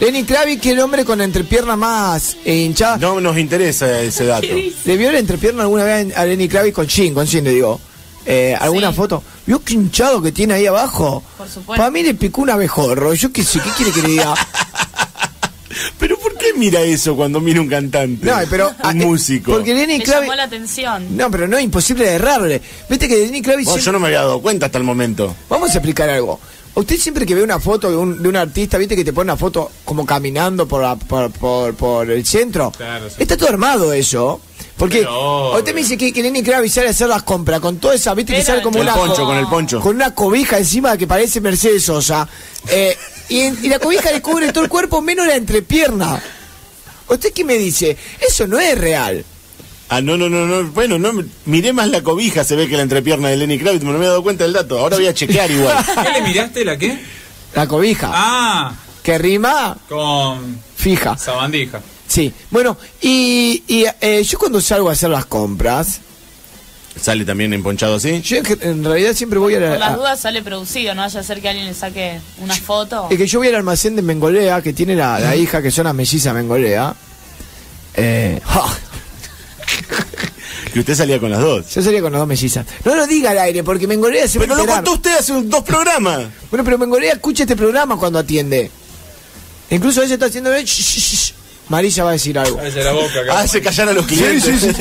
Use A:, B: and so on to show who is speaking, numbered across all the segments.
A: Lenny Kravitz, que el hombre con la entrepierna más eh, hinchada.
B: No nos interesa ese dato.
A: ¿Le vio la entrepierna alguna vez a Lenny Kravitz con Shin, con Shin le digo? Eh, ¿Alguna
C: Sí.
A: foto? ¿Vio qué hinchado que tiene ahí abajo?
C: Por supuesto.
A: Para mí le picó un abejorro. Yo qué sé, ¿qué quiere que le diga?
B: Pero ¿por qué mira eso cuando mira un cantante?
A: No, pero. ah, eh,
B: un músico.
A: Porque Lenny
C: Le
A: Kravitz.
C: llamó la atención.
A: No, pero no es imposible de errarle. Viste que Lenny Kravitz.
B: Vos,
A: siempre-
B: yo no me había dado cuenta hasta el momento.
A: Vamos a explicar algo. Usted siempre que ve una foto de un, de un artista, viste que te pone una foto como caminando por, la- por, por- por el centro.
D: Claro, sí.
A: Está todo armado eso. Porque
D: Pero obvio.
A: usted me dice que, que Lenny Kravitz sale a hacer las compras con toda esa, viste que
C: Pero
A: sale como
B: el
A: una,
B: poncho,
A: co-
B: con el poncho.
A: con una cobija encima que parece Mercedes Sosa. Eh, y, en- y la cobija le cubre todo el cuerpo menos la entrepierna. ¿Usted qué me dice? Eso no es real.
B: Ah, no, no, no, no. Bueno, no, miré más la cobija, se ve que la entrepierna de Lenny Kravitz, no me había dado cuenta del dato. Ahora voy a chequear igual.
D: ¿Qué le miraste la qué?
A: La cobija.
D: Ah,
A: Que rima,
D: con
A: fija.
D: sabandija.
A: Sí, bueno, y, y, eh, yo cuando salgo a hacer las compras,
B: Sale también emponchado así.
A: yo en ge- en realidad siempre voy a la-
C: Por las
A: a-
C: dudas sale producido, no vaya a ser que alguien le saque una foto.
A: es que yo voy al almacén de Mengolea, que tiene la, la hija que son las mellizas Mengolea. Eh, ja,
B: Que usted salía con las dos.
A: yo salía con las dos mellizas. No lo diga al aire, porque Mengolea se va a
B: Pero lo
A: enterar.
B: contó usted hace un- dos programas.
A: Bueno, pero Mengolea escucha este programa cuando atiende. Incluso ella está haciendo... shh, shh, shh. Marilla va a decir algo.
D: Cállese la boca, acá.
B: Ah, Hace callar a los clientes.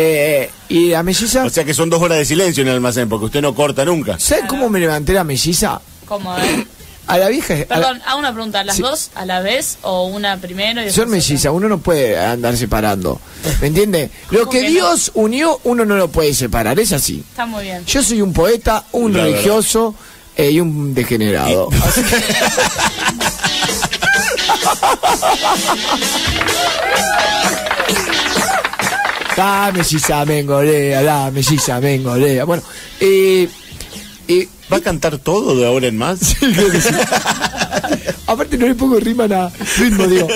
A: Eh, y la melliza...
B: O sea que son dos horas de silencio en el almacén, porque usted no corta nunca.
A: ¿Sabe cómo me levanté la melliza?
C: ¿Cómo, eh?
A: A la vieja... a la-
C: Perdón, hago una pregunta. ¿Las
A: Sí.
C: dos a la vez o una primero y después
A: Son
C: otra?
A: mellizas, uno no puede andar separando. ¿Me entiende? Lo
C: ¿Cómo
A: que
C: que no?
A: Dios unió, uno no lo puede separar, es así.
C: Está muy bien.
A: Yo soy un poeta, un
B: La verdad.
A: religioso eh, y un degenerado. Así que- La melliza mengolea, la melliza mengolea. Bueno, eh, eh,
B: ¿Va a cantar todo de ahora en más?
A: Aparte no le pongo rima a ritmo, digo.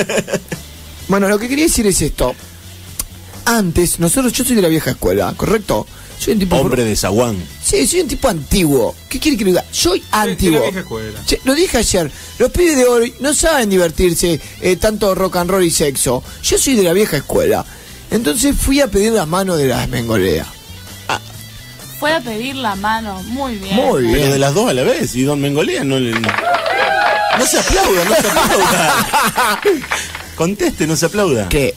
A: Bueno, lo que quería decir es esto. Antes, nosotros, yo soy de la vieja escuela, ¿correcto? Soy un tipo...
B: Hombre de zaguán.
A: Sí, soy un tipo antiguo. ¿Qué quiere que le diga? Soy antiguo.
D: vieja escuela.
A: Che, lo dije ayer. Los pibes de hoy no saben divertirse eh, tanto rock and roll y sexo. Yo soy de la vieja escuela. Entonces fui a pedir las manos de las mengoleas.
C: Fue a pedir la mano. Muy bien.
A: Muy bien.
B: Pero de las dos a la vez. Y Don Mengolea no le. No se aplauda, no se aplauda. Conteste, no se aplauda.
A: Que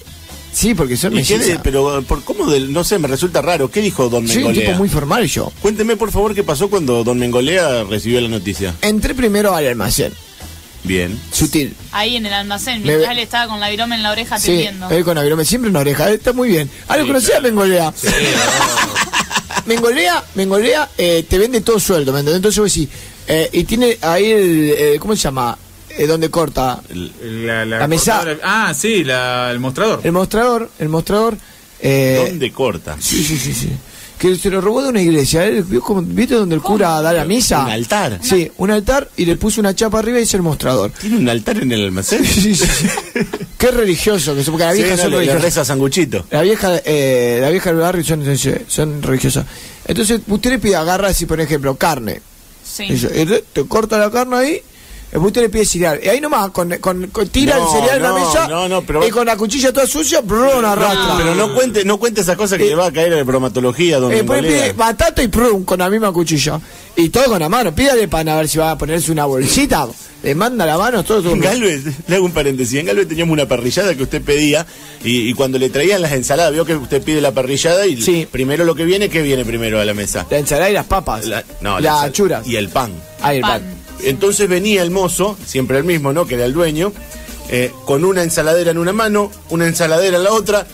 A: sí, porque son
B: ¿Y qué de-
A: mellizas.
B: pero por cómo del- no sé, me resulta raro. ¿Qué dijo Don
A: Soy un
B: Mengolea?
A: tipo muy formal yo.
B: Cuénteme por favor qué pasó cuando Don Mengolea recibió la noticia.
A: Entré primero al almacén.
B: Bien.
A: Sutil.
C: Ahí en el almacén,
A: Me
C: mientras
A: ve-
C: él estaba con la virome en la oreja
A: Sí, Eh,
C: atendiendo.
A: él con virome siempre una oreja, él está muy bien. Ah, lo conocía Mengolea. Mengolea, Mengolea eh, te vende todo sueldo, ¿me entendés? Entonces vos decís, eh, y tiene ahí el, eh, ¿cómo se llama? Eh, donde corta.
D: La,
A: La mesa.
D: cortadora- Ah, sí, la, el mostrador.
B: Eh,
A: El mostrador, el mostrador. eh,
B: ¿Dónde corta?
A: Sí, sí, sí, sí. Que se lo robó de una iglesia. Él vio como- ¿Viste donde el cura da la misa?
B: Un altar.
A: Sí, un altar y le puso una chapa arriba y hizo el mostrador.
B: ¿Tiene un altar en el almacén?
A: Sí, sí, sí. Qué religioso que son, porque la
B: Sí,
A: vieja
B: no,
A: son
B: le- le
A: religiosas.
B: reza a Sanguchito.
A: La vieja, eh, la vieja del barrio son, son- son religiosas. Entonces, usted le pide, agarra, si por ejemplo, carne.
C: Sí.
A: Eso, él te corta la carne ahí, después usted le pide cereal. Y ahí nomás, con, con- con- tira
B: No,
A: el cereal en la
B: no,
A: mesa
B: no, no, pero-
A: y con la cuchilla toda sucia, brum, arrastra.
B: Pero no cuente, no cuente esas cosas que
A: Eh,
B: le va a caer a la bromatología, Don
A: Eh, después le pide
B: Mengolea.
A: batata y prum con la misma cuchilla. Y todo con la mano. Pídale pan a ver si va a ponerse una bolsita. Le manda la mano, todo. todo.
B: En Galvez, le hago un paréntesis, en Galvez teníamos una parrillada que usted pedía y, y cuando le traían las ensaladas, vio que usted pide la parrillada y
A: Sí.
B: primero lo que viene, ¿qué viene primero a la mesa?
A: La ensalada y las papas.
B: La- no, la
A: las
B: ensal-
A: achuras.
B: Y el pan.
A: Ahí el pan.
C: Pan.
B: Entonces venía el mozo, siempre el mismo, ¿no? Que era el dueño, eh, con una ensaladera en una mano, una ensaladera en la otra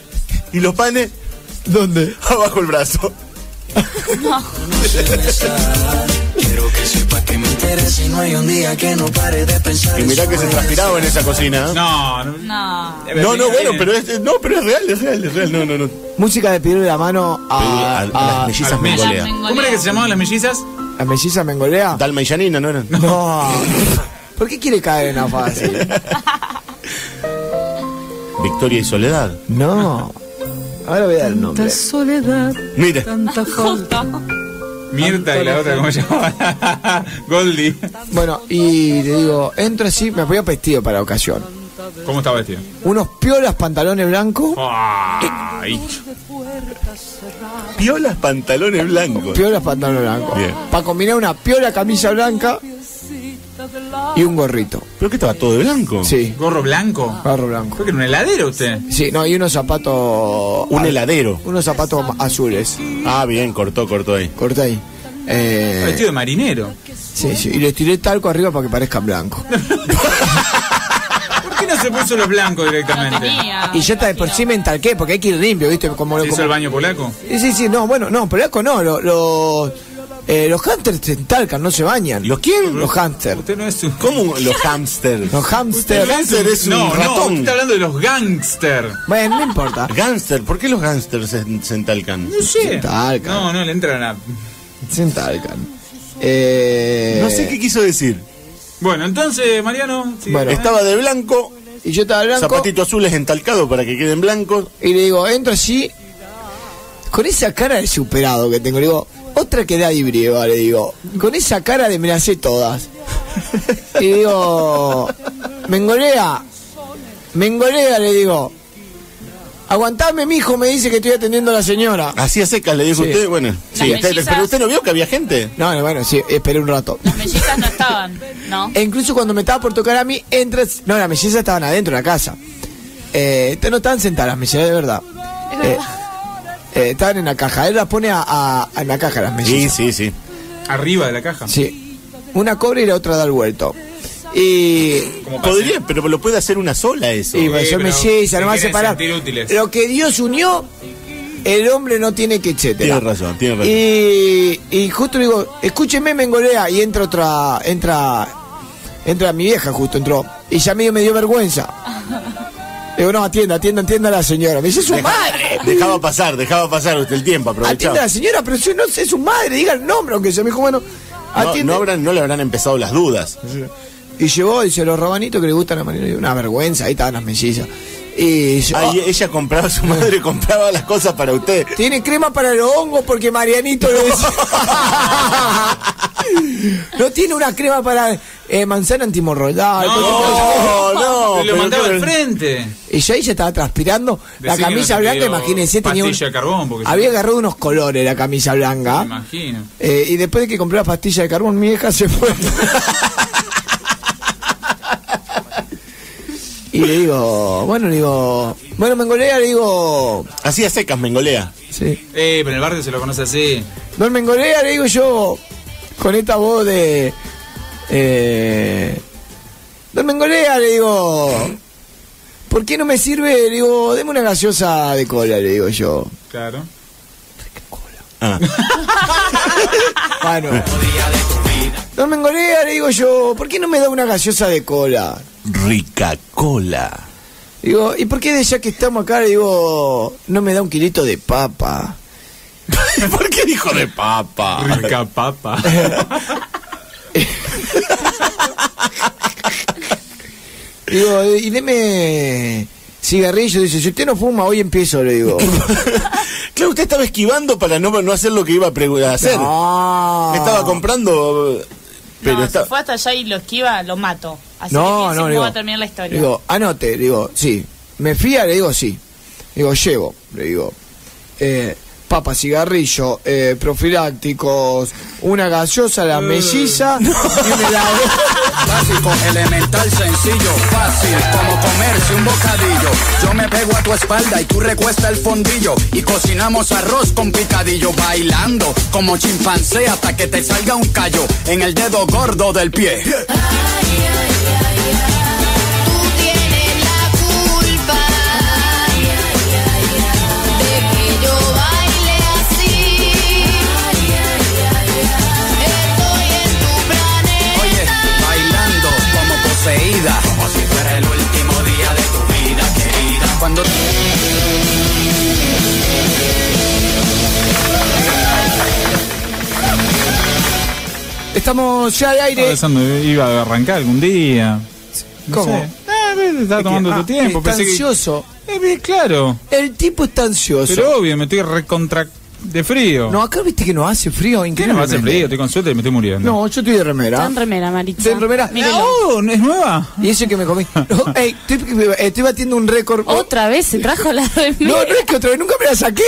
B: y los panes
A: ¿Dónde?
B: abajo el brazo.
E: Quiero que sepas que me interesa y no hay un día que no pare de pensar.
B: Y
E: en
B: mirá
E: su
B: que se
E: belleza.
B: transpiraba en esa cocina. ¿eh?
D: No, no.
C: No.
B: No, no, bueno, pero es, no, pero es real, es real, es real. No, no, no.
A: Música de pedirle la mano a,
B: Pedirle a- a las mellizas
D: Las mellizas.
B: mengolea.
D: ¿Cómo era que se llamaban las mellizas?
A: ¿La melliza mengolea?
B: Dalma y Janina, ¿no eran?
A: No. ¿Por qué quiere caer en la fácil?
B: Victoria y Soledad.
A: No. Ahora voy a dar el nombre.
F: Tanta soledad,
B: Mira,
F: tanta falta.
D: Mirta y la otra, ¿cómo se llama? Goldie.
A: Bueno, y le digo, entro así, me había vestido para la ocasión.
D: ¿Cómo está vestido?
A: Unos piolas, pantalones blancos.
D: Ah, hicho.
B: Piolas pantalones blancos.
A: Piolas, pantalones blancos.
B: Bien.
A: Para combinar una piola, camisa blanca y un gorrito.
B: ¿Pero qué estaba todo de blanco?
A: Sí,
D: ¿Gorro blanco?
A: gorro blanco.
D: Creo que era un heladero usted.
A: Sí, no, y unos zapatos.
B: Un e-
A: ah,
B: heladero.
A: Unos zapatos ma- azules.
B: Ah, bien, cortó, cortó ahí.
A: Corta ahí. Eh,
D: Vestido de marinero.
A: sí, sí, Y les tiré talco arriba para que parezcan blancos.
D: ¿Por qué no se puso los blancos
C: No
D: directamente?
C: tenía.
A: Y yo hasta de por sí me entalqué porque hay que ir limpio, ¿viste? Como,
D: ¿Se hizo
A: como-
D: el baño polaco?
A: Sí, sí, sí, no, bueno, no, pero eco no, lo- los, eh, los hunters se entalcan, no se bañan.
B: ¿Los quién?
A: Los hamsters.
D: Usted no es un...
B: ¿Cómo los hamsters?
A: Los hamsters.
B: Usted- Gánster es un
D: no, no,
B: ratón.
D: usted está hablando de los gangster.
A: Bueno, no importa.
B: Gánster, ¿por qué los gánsters se, se entalcan?
D: No sé.
A: Talca.
D: No, no, le entran a...
A: Se entalcan. Eh,
B: No sé qué quiso decir.
D: Bueno, entonces, Mariano... sigue
A: Bueno.
D: con-
B: Estaba de blanco,
A: Y yo estaba blanco
B: zapatitos azules entalcados para que queden blancos.
A: y le digo, entro así, con esa cara de superado que tengo, le digo, otra que da Ibrieva, le digo, con esa cara de me las sé todas. y digo, Mengolea, Mengolea, le digo, aguantame, mijo, me dice que estoy atendiendo a la señora.
B: Así a secas le dijo
A: Sí.
B: usted, bueno. Sí,
C: Las
B: usted-
C: mellizas-
B: pero usted no vio que había gente.
A: No, no, bueno, sí, esperé un rato.
C: Las mellizas no estaban, ¿no?
A: E incluso cuando me estaba por tocar a mí, entras. No, las mellizas estaban adentro de la casa. Eh, no estaban sentadas las mellizas, de verdad. Eh, eh, estaban en la caja. Él las pone a, a- en la caja las
B: Sí,
A: mellizas.
B: sí, sí.
D: Arriba de la caja.
A: Sí. Una cobra y la otra da el vuelto. Y.
D: Como pase.
B: Podría, pero lo puede hacer una sola eso.
A: Y bueno,
D: Sí,
A: son
D: pero
A: mellizas,
D: se
A: no van a
D: quieren
A: separar.
D: sentir útiles.
A: Lo que Dios unió, el hombre no tiene que etcétera.
B: Tiene razón, tiene razón.
A: Y, y justo le digo, escúcheme, mengolea. Y entra otra, entra, entra mi vieja justo, entró. Y ya medio me dio vergüenza. Le digo, no, atienda, atienda, atienda a la señora. Me dice, es su madre. Ah,
B: Dejaba pasar, dejaba pasar usted el tiempo,
A: Atienda a
B: aprovechaba.
A: la señora, pero si no es su madre, diga el nombre, aunque se me dijo, bueno,
B: No,
A: atiende.
B: no habrán- no le habrán empezado las dudas.
A: Y llevó, dice, los rabanitos que le gustan a Marino. Y digo, Una vergüenza, ahí estaban las mellizas. Y yo,
B: Ahí ella compraba, su madre compraba las cosas para usted.
A: Tiene crema para los hongos porque Marianito lo decía. no tiene una crema para eh, manzana antimorroidal.
B: No, no,
D: Se
B: pero
D: lo mandaba
B: claro.
D: al frente.
A: Y yo ahí ya estaba transpirando. la
D: Decí que
A: camisa
D: no te
A: blanca,
D: pidió
A: imagínense, tenía un-
D: pastilla de carbón, porque
A: había
D: si no-
A: agarrado unos colores la camisa
D: Me
A: blanca.
D: imagino.
A: Eh, y después de que compré la pastilla de carbón, mi hija se fue. y le digo, bueno, le digo, bueno, Mengolea, le digo,
B: Así a secas, mengolea.
A: sí.
D: Eh, pero en el barrio se lo conoce así.
A: Don Mengolea, le digo yo, con esta voz de... Eh, Don Mengolea, le digo, ¿por qué no me sirve? Le digo, deme una gaseosa de cola, le digo yo.
D: Claro.
B: Ah,
A: Bueno. Don Mengolea, le digo yo, ¿por qué no me da una gaseosa de cola?
B: rica cola.
A: Digo, ¿y por qué de ya que estamos acá, le digo, no me da un kilito de papa?
B: ¿Por qué dijo de papa?
D: Rica papa.
A: Digo, y deme cigarrillo. Dice, si usted no fuma, hoy empiezo, le digo.
B: Claro, usted estaba esquivando para no, no hacer lo que iba a, pregu- a hacer.
A: No.
B: Estaba comprando, pero
C: no,
B: está-
C: si fue hasta allá y lo esquiva, lo mato. Así
A: no,
C: que
A: no,
C: no,
A: digo,
C: va a terminar la historia.
A: Digo, ¿ah? anote, digo, sí. ¿Me fía? Le digo, sí. Digo, llevo, le digo. Eh, papa, cigarrillo, eh, profilácticos, una gaseosa,
D: Eh.
A: la melliza y un helado.
F: Básico, elemental, sencillo, fácil, como comerse un bocadillo. Yo me pego a tu espalda y tú recuesta el fondillo. Y cocinamos arroz con picadillo, bailando como chimpancé hasta que te salga un callo en el dedo gordo del pie.
G: Tú tienes la culpa de que yo baile así. Estoy en tu planeta.
F: Oye, bailando como poseída. Como si fuera el último día de tu vida, querida. Cuando tú
A: Estamos ya al
D: Estaba
A: aire.
D: pensando, iba a arrancar algún día. No
A: ¿Cómo?
D: sé. Ah, ves, estaba tomando
A: Ah,
D: tu tiempo.
A: Está
D: Pensé que...
A: ansioso.
D: Eh, bien, claro.
A: El tipo está ansioso.
D: Pero obvio, me estoy recontra de frío.
A: No, acá viste que no hace frío,
D: ¿Qué no hace
A: increíblemente.
D: frío? Estoy con suerte y me estoy muriendo.
A: No, yo estoy de remera.
C: Está en remera, Maritza.
A: Está en remera.
C: Mírelo.
D: Oh, ¿no es nueva?
A: Y eso que me comí. No, ey, estoy, eh, estoy batiendo un récord.
C: Otra vez se trajo la remera.
A: No, no es que otra vez, nunca me la saqué.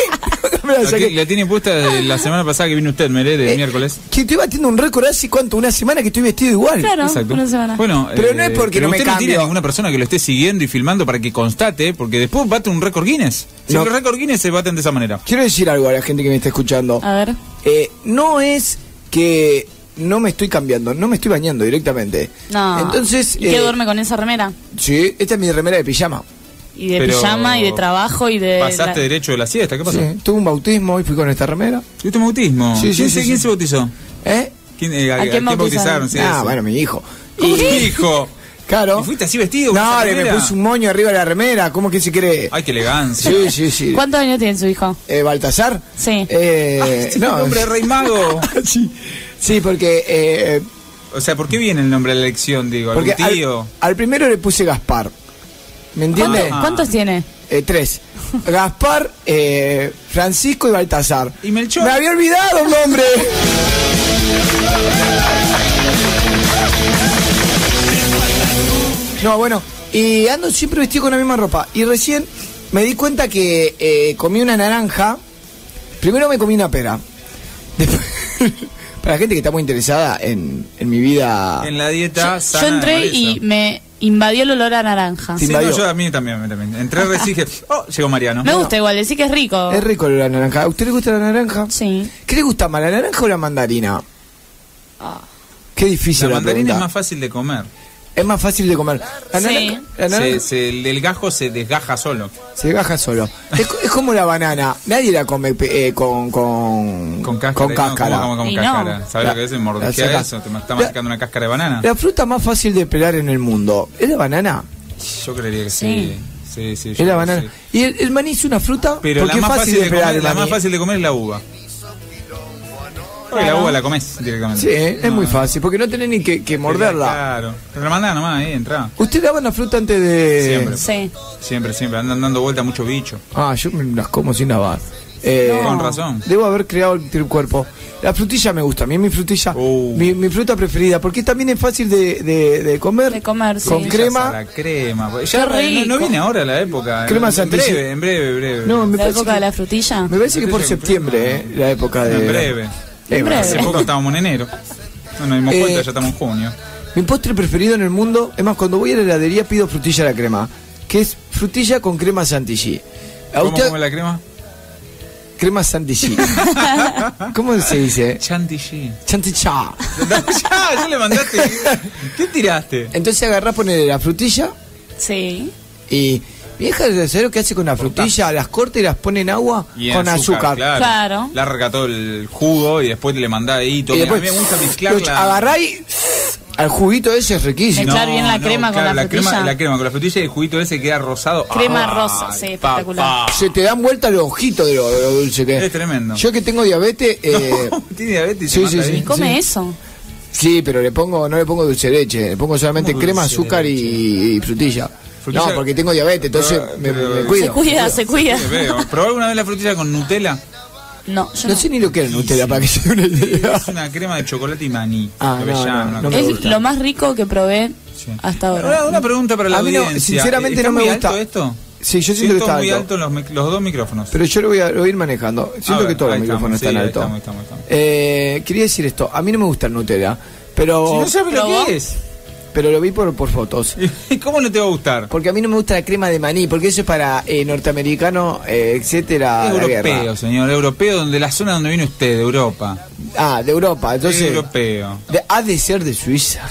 A: Nunca me la
D: La, ti-
A: saqué.
D: la tiene puesta desde la semana pasada que vino usted, Meré, de
A: Eh,
D: miércoles.
A: Que estoy batiendo un récord hace cuánto, una semana que estoy vestido igual.
C: Claro, una semana.
D: Bueno, eh,
A: Pero no es porque
D: pero
A: no me
D: usted no tiene
A: cambio.
D: ninguna persona que lo esté siguiendo y filmando para que constate, porque después bate un récord Guinness. Si
A: No.
D: los récord Guinness se baten de esa manera.
A: Quiero decir algo a la gente que me está escuchando.
C: A ver.
A: Eh, no es que no me estoy cambiando, no me estoy bañando directamente.
C: No.
A: Entonces,
C: ¿Y qué
A: eh,
C: duerme con esa remera?
A: Sí, esta es mi remera de pijama.
C: Y de
D: Pero-
C: pijama, y de trabajo, y de...
D: Pasaste
C: Eh, la-
D: derecho de la siesta, ¿qué pasó?
A: Sí, Tuve un bautismo y fui con esta remera.
D: ¿Tuviste un bautismo?
A: Sí, sí,
D: ¿Quién,
A: sí,
D: se-
A: sí.
D: quién se bautizó?
A: ¿Eh?
D: ¿Quién, eh,
C: ¿A quién bautizaron?
D: Sí,
A: ah,
D: eso.
A: bueno, mi hijo.
D: ¿Cómo que hijo?
A: Claro.
D: ¿Y fuiste así vestido? con
A: No,
D: esa
A: le me
D: remera?
A: puse un moño arriba de la remera. ¿Cómo que se quiere?
D: Ay, qué elegancia. Este
A: Sí, sí, sí.
C: ¿Cuántos años tiene su hijo?
A: Eh, ¿Baltasar?
C: Sí.
A: Eh,
D: Sí,
A: no.
D: el nombre de Rey Mago.
A: Ah, sí. Sí, porque. eh,
D: O sea, ¿por qué viene el nombre de la elección, digo? ¿Algún
A: porque al,
D: tío?
A: al primero le puse Gaspar. ¿Me entiendes?
D: Ah.
C: ¿Cuántos tiene?
A: Eh, tres. Gaspar, eh, Francisco y Baltasar.
D: ¿Y Melchor?
A: Me había olvidado un nombre. No, bueno, y ando siempre vestido con la misma ropa. Y recién me di cuenta que eh, comí una naranja. Primero me comí una pera. Después, para la gente que está muy interesada en, en mi vida.
D: En la dieta
C: yo,
D: sana
C: yo
D: de
C: entré
D: Marisa.
C: y me invadió el olor a naranja.
A: Sí.
D: Sí, no,
A: invadió.
D: yo a mí también, a mí también. Entré recién y dije, oh, llegó Mariano.
C: Ah, Me gusta igual, decir que es rico.
A: Es rico la naranja. ¿A usted le gusta la naranja?
C: Sí.
A: ¿Qué le gusta más, la naranja o la mandarina?
C: Ah.
A: Qué difícil
D: La
A: la,
D: mandarina es
A: pregunta.
D: más fácil de comer.
A: Es más fácil de comer. La
C: Sí.
A: naranja, la
D: Se,
A: naranja
D: se- el del gajo se desgaja solo.
A: se baja solo. Es, co- es como la banana. Nadie la come pe- eh, con, con,
D: Con cáscara.
A: con
D: ¿no?
A: cáscara.
D: ¿Cómo- cómo- cómo
C: Y no.
D: cáscara? ¿Sabes
A: La-
D: lo que es el
A: la
D: mordisquear
A: saca.
D: eso? Te ma- está
A: La-
D: masticando una cáscara de banana.
A: La fruta más fácil de pelar en el mundo es la banana.
D: Yo creería que sí. Sí, sí. yo
A: Es la
D: creo
A: banana.
D: que sí.
A: ¿Y el, el maní es una fruta?
D: Pero
A: porque
D: la
A: es
D: más fácil, de
A: pelar
D: comer,
A: el
D: la más
A: maní.
D: fácil de comer es la uva. Porque la uva la comes directamente.
A: Sí, es
D: No,
A: muy
D: no.
A: fácil, porque no tenés ni que, que morderla.
D: Claro. Pero la mandá nomás, ahí, entra.
A: ¿Usted lava la fruta antes de...?
D: Siempre.
C: Sí.
D: Siempre, siempre. Andan dando vuelta mucho bicho.
A: Ah, yo me las como sin lavar. Eh,
D: Con razón.
A: Debo haber creado el tri- cuerpo. La frutilla me gusta, a mí es mi frutilla,
D: Uh.
A: mi, mi fruta preferida, porque también es fácil de, de- de comer.
C: De comer, sí.
A: Con crema.
D: A La crema. pues. Ya
C: Qué
D: re- no-
C: rico.
D: no, viene ahora la época.
A: Crema
D: en, en
A: santici-
D: breve, en breve, breve.
A: No, me
C: La
A: parece,
C: época
A: que,
C: de la frutilla.
A: me parece que por
D: Frutilla con
A: septiembre,
D: crema.
A: eh, la época de...
D: En breve.
A: Eh,
C: En
A: bueno,
C: breve.
D: Hace poco estábamos en enero. No nos dimos
A: Eh,
D: cuenta, ya estamos en junio.
A: Mi postre preferido en el mundo, es más, cuando voy a la heladería pido frutilla a la crema, que es frutilla con crema Santilly. ¿A
D: ¿Cómo
A: usted?
D: come la crema?
A: Crema Santilly. ¿Cómo se dice?
D: Chantilly.
A: Chantichá.
D: ya, ya le mandaste. ¿Qué tiraste?
A: Entonces agarrás, ponele la frutilla,
C: Sí.
A: Y vieja de cero que hace con la frutilla, las corta y las pone en agua
D: Y en
A: Eh, con azúcar.
C: Claro.
D: Larga todo el jugo y después le mandá ahí todo.
A: Y después
D: a mí me gusta mezclar
A: lo
D: la...
A: agarrá y al juguito ese es riquísimo.
C: Mezclar bien la crema con la
D: Crema,
C: frutilla.
D: la crema con la frutilla y el juguito ese queda rosado. Ah,
C: Crema
D: Ay,
C: rosa, sí, espectacular.
D: papá.
A: Se te dan vuelta los ojitos de lo, de lo dulce que
D: Es tremendo.
A: Yo que tengo diabetes, eh,
D: No, tiene diabetes.
A: sí,
D: se manda
A: sí, sí.
D: ahí.
C: Come
A: Sí.
C: eso.
A: sí, pero le pongo, no le pongo dulce de leche, le pongo solamente
D: ¿Cómo dulce
A: crema,
D: de
A: azúcar y, y frutilla.
D: Frutilla-
A: No, porque tengo diabetes, entonces
D: Pero-
A: me,
D: pero-
A: me cuido.
C: Se cuida, se cuida.
D: Sí, veo. ¿Probá alguna vez la frutilla con Nutella?
C: No, yo no.
A: No sé ni lo que era Nutella, para que se dé una idea.
D: Es una crema de chocolate y maní.
A: Ah, no,
D: Avellana,
A: no,
D: una
A: no
D: cosa
A: me
C: Es
D: así.
A: gusta.
C: lo más rico que probé
D: Sí.
C: hasta
D: Ahora,
C: ahora.
D: una pregunta para la
A: A mí no,
D: audiencia.
A: sinceramente
D: ¿Está
A: no me
D: muy
A: gusta.
D: alto esto?
A: Sí, yo siento que está
D: muy
A: alto.
D: alto los, mic- los dos micrófonos.
A: Pero yo lo voy a, lo voy a ir manejando. Siento
D: ver,
A: que todos los
D: ahí
A: micrófonos
D: estamos,
A: están
D: sí, ahí
A: altos.
D: estamos, estamos, estamos.
A: Eh, quería decir esto. A mí no me gusta el Nutella,
D: si
A: pero,
D: no sabes lo
C: ¿Probó?
D: que es.
A: pero lo vi por, por fotos.
D: ¿Y ¿Cómo no te va a gustar?
A: Porque a mí no me gusta la crema de maní, porque eso es para eh, norteamericano, eh, etcétera,
D: Es
A: la guerra.
D: europeo, señor, europeo, donde la zona donde viene usted, de Europa.
A: Ah, de Europa.
D: Es
A: Entonces,
D: europeo.
A: de- ha de ser de Suiza.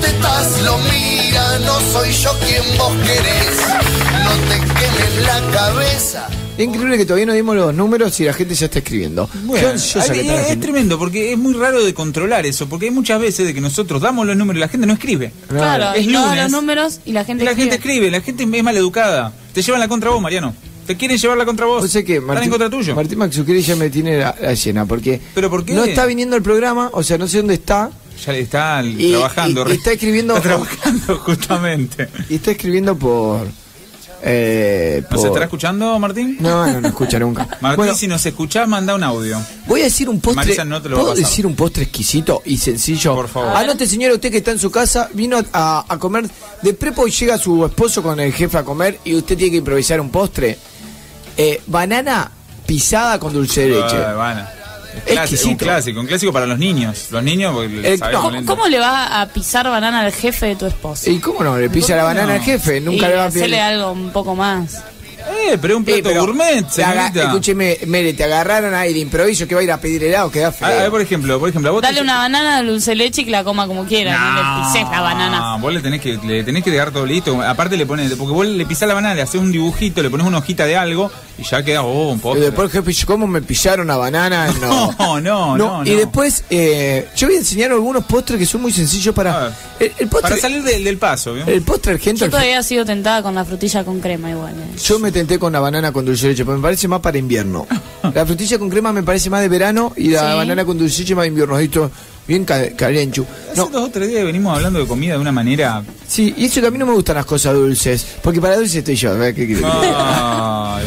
H: tetas lo mira, no soy yo quien vos querés. No te quemes la cabeza.
A: Increíble que todavía no dimos los números y la gente ya está escribiendo.
D: Bueno,
A: Yo- yo sé que
D: ahí-
A: está la
D: es,
A: gente.
D: tremendo porque es muy raro de controlar eso, porque hay muchas veces de que nosotros damos los números y la gente no escribe.
C: Claro,
D: Es
C: y todos
D: lunes.
C: los números y la
D: La
C: gente
D: gente escribe, la gente es maleducada. Te llevan la contra vos, Mariano. Te quieren llevar la contra vos.
A: No sé qué,
D: Están en
A: Martín,
D: contra tuyo.
A: Martín Mazzucchelli ya me tiene la, la llena, porque
D: ¿Pero por qué?
A: no está viniendo el programa, o sea, no sé dónde está,
D: Ya le está al-
A: Y-
D: trabajando.
A: y- y
D: re-
A: está escribiendo-
D: Está trabajando, justamente.
A: y está escribiendo por, Eh,
D: ¿Nos
A: por-
D: estará escuchando, Martín?
A: No, no, no escucha nunca.
D: Martín,
A: Bueno,
D: si nos escuchás, manda un audio.
A: Voy a decir un postre.
D: Marisa no te lo va a
A: ¿Puedo
D: pasar.
A: decir un postre exquisito y sencillo?
D: Por favor.
A: Anote, señora, usted que está en su casa, vino a, a comer de prepo y llega su esposo con el jefe a comer y usted tiene que improvisar un postre. Eh, banana pisada con dulce de leche.
D: Ah, bueno. Clásico, un
A: Exquisito.
D: clásico, un clásico para los niños. Los niños, porque
A: Eh,
D: sabemos,
A: no.
C: ¿Cómo,
D: lento.
C: cómo le va a pisar banana al jefe de tu esposo?
A: ¿Y cómo no? Le pisa la banana al jefe, nunca
C: Y
A: le va a pedir.
C: hacerle algo un poco más.
D: Eh, pero un
A: Eh,
D: plato
A: pero
D: gourmet,
A: te aga-
D: señorita.
A: Escúcheme, Mere, te agarraron ahí de improviso que va a ir a pedir helado, queda feo.
D: A, a ver, por ejemplo, por ejemplo, a vos
C: Dale
D: te-
C: una banana de dulce de leche y que la coma como quiera. No, le pises la banana.
D: Ah, vos le tenés que le tenés que dejar todo listo. Aparte le pones, porque vos le pisás la banana, le haces un dibujito, le pones una hojita de algo y ya queda oh, un
A: Y
D: postre.
A: después el jefe dice, ¿cómo me pillaron a banana? No,
D: No, no, no,
A: Y
D: no.
A: después, eh, yo voy a enseñar algunos postres que son muy sencillos
D: A
A: para...
D: ver.
A: El, el postre,
D: Para salir del, del paso, ¿vio?
A: el postre argento,
C: Yo
A: al fin-
C: todavía he sido tentada con la frutilla con crema igual. eh.
A: yo me tenté con la banana con dulce de leche, pero me parece más para invierno. La frutilla con crema me parece más de verano y la
C: Sí.
A: banana con dulce de leche más de invierno. Esto, bien ca- calenchu.
D: Hace
A: No,
D: dos o tres días venimos hablando de comida de una manera.
A: sí, y eso que a mí no me gustan las cosas dulces, porque para dulce estoy yo. ¿verdad? ¿Qué- qué-
D: Ah,
A: qué-
D: Ay.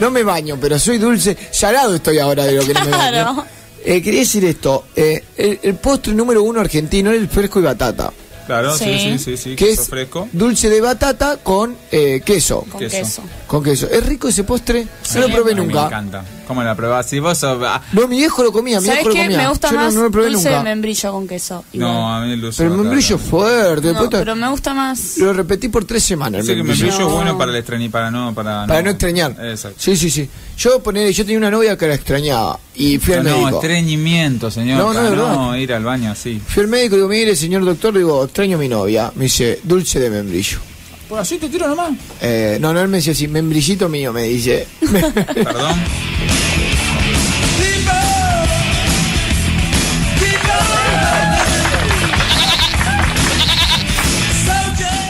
A: No me baño, pero soy dulce. Salado estoy ahora de lo que no me baño.
C: Claro.
A: Eh, quería decir esto. eh, el, el postre número uno argentino es el fresco y batata.
D: Claro, sí,
C: Sí.
D: sí, sí, sí,
A: que
D: queso
A: es
D: fresco.
A: dulce de batata con eh, queso.
C: Con
D: Queso.
C: queso.
A: Con queso. ¿Es rico ese postre?
C: Sí.
A: No lo probé
D: A mí Me
A: nunca.
D: encanta. ¿Cómo la probás? Si vos sos- ah,
A: No, mi viejo lo comía, mi
C: ¿Sabes
A: viejo lo
C: qué?
A: comía.
C: Me gusta
A: Yo no-
C: más
A: no, lo probé
C: dulce de
A: nunca.
C: membrillo con queso.
D: No,
C: Igual.
D: a mí el dulce
A: Pero el
D: batata.
A: membrillo es fuerte.
C: No,
A: después te-
C: pero me gusta más.
A: Lo repetí por tres semanas. el
D: Sí, que el
A: membrillo.
D: membrillo es bueno
C: No.
D: para el estreñir, para no, para,
A: Para no extrañar.
D: Exacto.
A: Sí, sí, sí. Yo poné, yo tenía una novia que la extrañaba y fui al
D: No, no,
A: médico.
D: estreñimiento, señor.
A: No, no, de
D: no, ir al baño así.
A: Fui al médico y digo, mire, señor doctor, le digo, extraño a mi novia. Me dice, dulce de membrillo.
D: Por
A: Pues
D: así te tiro nomás.
A: Eh, no, no, él me dice así, membrillito mío, me dice.
D: Perdón.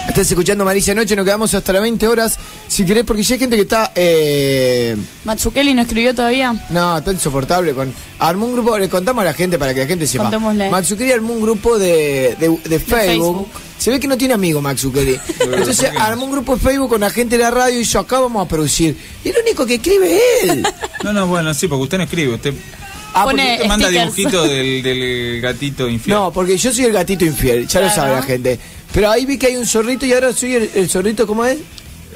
A: Estás escuchando Marisa Noche, nos quedamos hasta las 20 horas. Si querés, porque ya hay gente que está. Eh,
C: Mazzucchelli no escribió todavía.
A: no, está insoportable. Con, armó un grupo, le contamos a la gente para que la gente sepa.
C: Contémosle.
A: Max Zuccheri armó un grupo de, de- de Facebook.
C: Facebook.
A: Se ve que no tiene amigos Max Zuccheri. Entonces
D: ¿por qué?
A: armó un grupo de Facebook con la gente de la radio y dijo, acá vamos a producir. Y el único que escribe es él.
D: No, no, bueno, sí, porque usted no escribe. Usted
A: Ah,
C: Pone-
A: porque-
D: usted manda
C: stickers.
D: dibujitos del, del gatito infiel.
A: No, porque yo soy el gatito infiel, ya lo
C: Claro.
A: sabe la gente. Pero ahí vi que hay un zorrito y ahora soy el, el zorrito, ¿cómo es?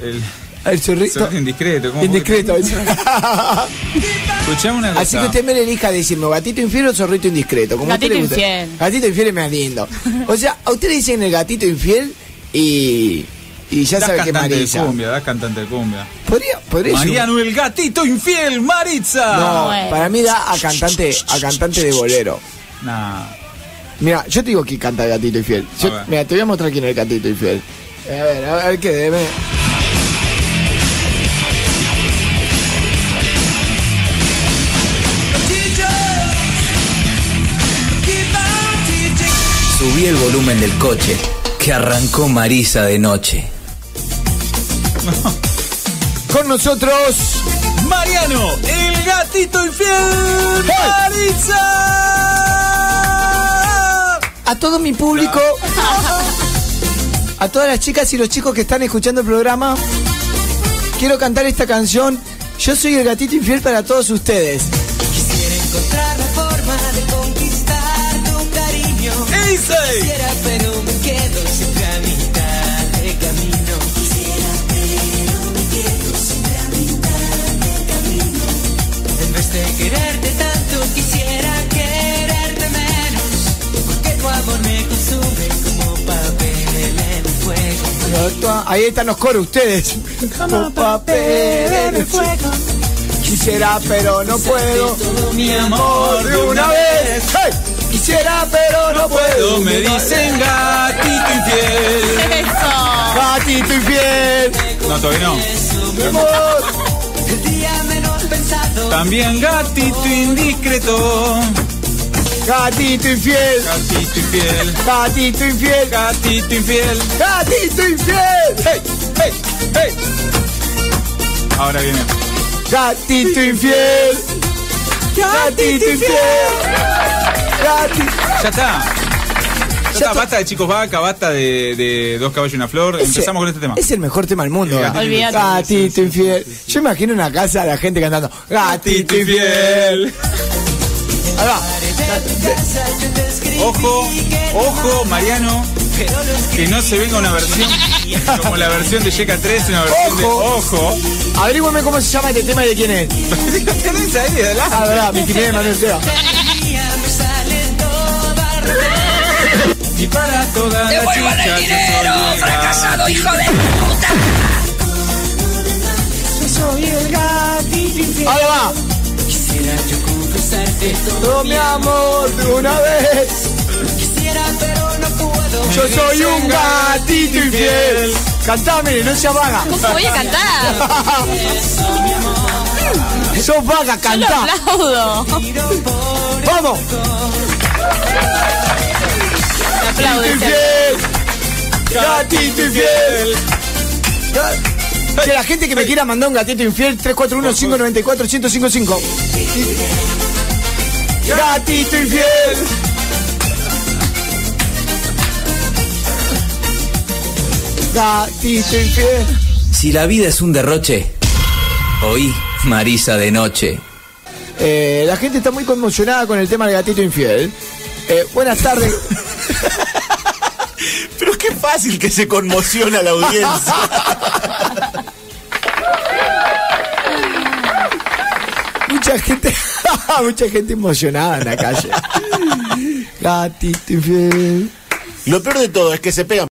D: El,
A: El
D: eso
A: zorrito.
D: es indiscreto. ¿cómo
A: Indiscreto.
D: Escuchame una cosa.
A: Así que usted me elija decirme, gatito infiel o zorrito indiscreto. Como a usted
C: Gatito
A: le guste.
C: infiel.
A: Gatito infiel es más lindo. O sea, a usted le dicen el gatito infiel y, y ya
D: das
A: sabe que
D: cantante de
A: Marisa.
D: cumbia, das cantante de cumbia.
A: Podría, podría ser un-
D: Mariano, el gatito infiel, Maritza.
A: No,
C: Bueno.
A: para mí da a cantante, a cantante de bolero.
D: Nah.
A: Mira, yo te digo que canta el gatito infiel. Yo-
D: A ver.
A: Mira, te voy a mostrar quién es el gatito infiel. A ver, a ver qué debe.
E: Subí el volumen del coche, que arrancó Marisa de noche.
A: Con nosotros.
D: Mariano, el gatito infiel, Maritza.
A: a todo mi público, a todas las chicas y los chicos que están escuchando el programa, quiero cantar esta canción. Yo soy el gatito infiel para todos ustedes.
I: Quisiera encontrar la forma de conquistar tu cariño.
D: Dice.
I: Quisiera, pero me quedo siempre a mitad de camino. Quisiera, pero me quedo siempre a mitad de camino. En vez de quererte tanto, quisiera quererte menos. Porque tu amor me consume como papel en el fuego.
A: Ahí están los coros ustedes. Como papel en el fuego. Quisiera pero no puedo.
I: Todo mi
A: Amor de una vez. ¡Hey! Quisiera pero no puedo.
D: Me dicen gatito infiel.
C: Eso.
A: gatito infiel.
D: No, todavía no.
A: Vamos.
I: el día menos pensado.
D: También gatito indiscreto.
A: Gatito infiel.
D: Gatito infiel.
A: Gatito infiel.
D: Gatito infiel.
A: Gatito infiel. ¡Hey! ¡Hey! ¡Hey!
D: Ahora viene.
A: Gatito infiel. Gatito infiel. Gatito.
D: Ya está. Ya está, basta de chicos vaca, basta de, de dos caballos y una flor.
A: Ese-
D: Empezamos con este tema.
A: Es el mejor tema del mundo.
D: Sí,
A: Gatito
D: Gatito
A: infiel.
C: Olvídate.
A: Gatito infiel. Yo imagino una casa de la gente cantando Gatito infiel. Ahí va.
D: Ojo, ojo, Mariano, que no se venga una versión como la versión de Yeka 3, una versión
A: Ojo. Averígüeme cómo se llama este tema y de quién es.
D: de. Ojo. Tenés ahí de
A: Ah,
D: adelante.
A: verdad, mi Jiménez Manuel Seba.
D: Y para todas las chicas yo soy el
G: fracasado, hijo de puta.
A: Ahí va.
I: Quisiera yo confesarte todo.
A: Todo mi amor de una vez.
I: Quisiera, pero no puedo.
A: Yo soy un gatito infiel. Cantame, no seas vaga.
G: ¿Cómo voy a cantar?
A: Sos vaga,
C: Yo lo
A: cantá.
C: aplaudo.
A: Vamos.
C: Me aplaudo.
A: Gatito
C: dice.
A: infiel. Gatito infiel. Que la gente que me quiera mandar un gatito infiel, 341-594-1055. Gatito infiel. Gatito infiel.
E: Si la vida es un derroche, oí Marisa de noche.
A: Eh, la gente está muy conmocionada con el tema del gatito infiel. Eh, buenas tardes.
B: Pero qué fácil que se conmociona la audiencia.
A: mucha gente, mucha gente emocionada en la calle. Gatito infiel.
B: Lo peor de todo es que se pegan.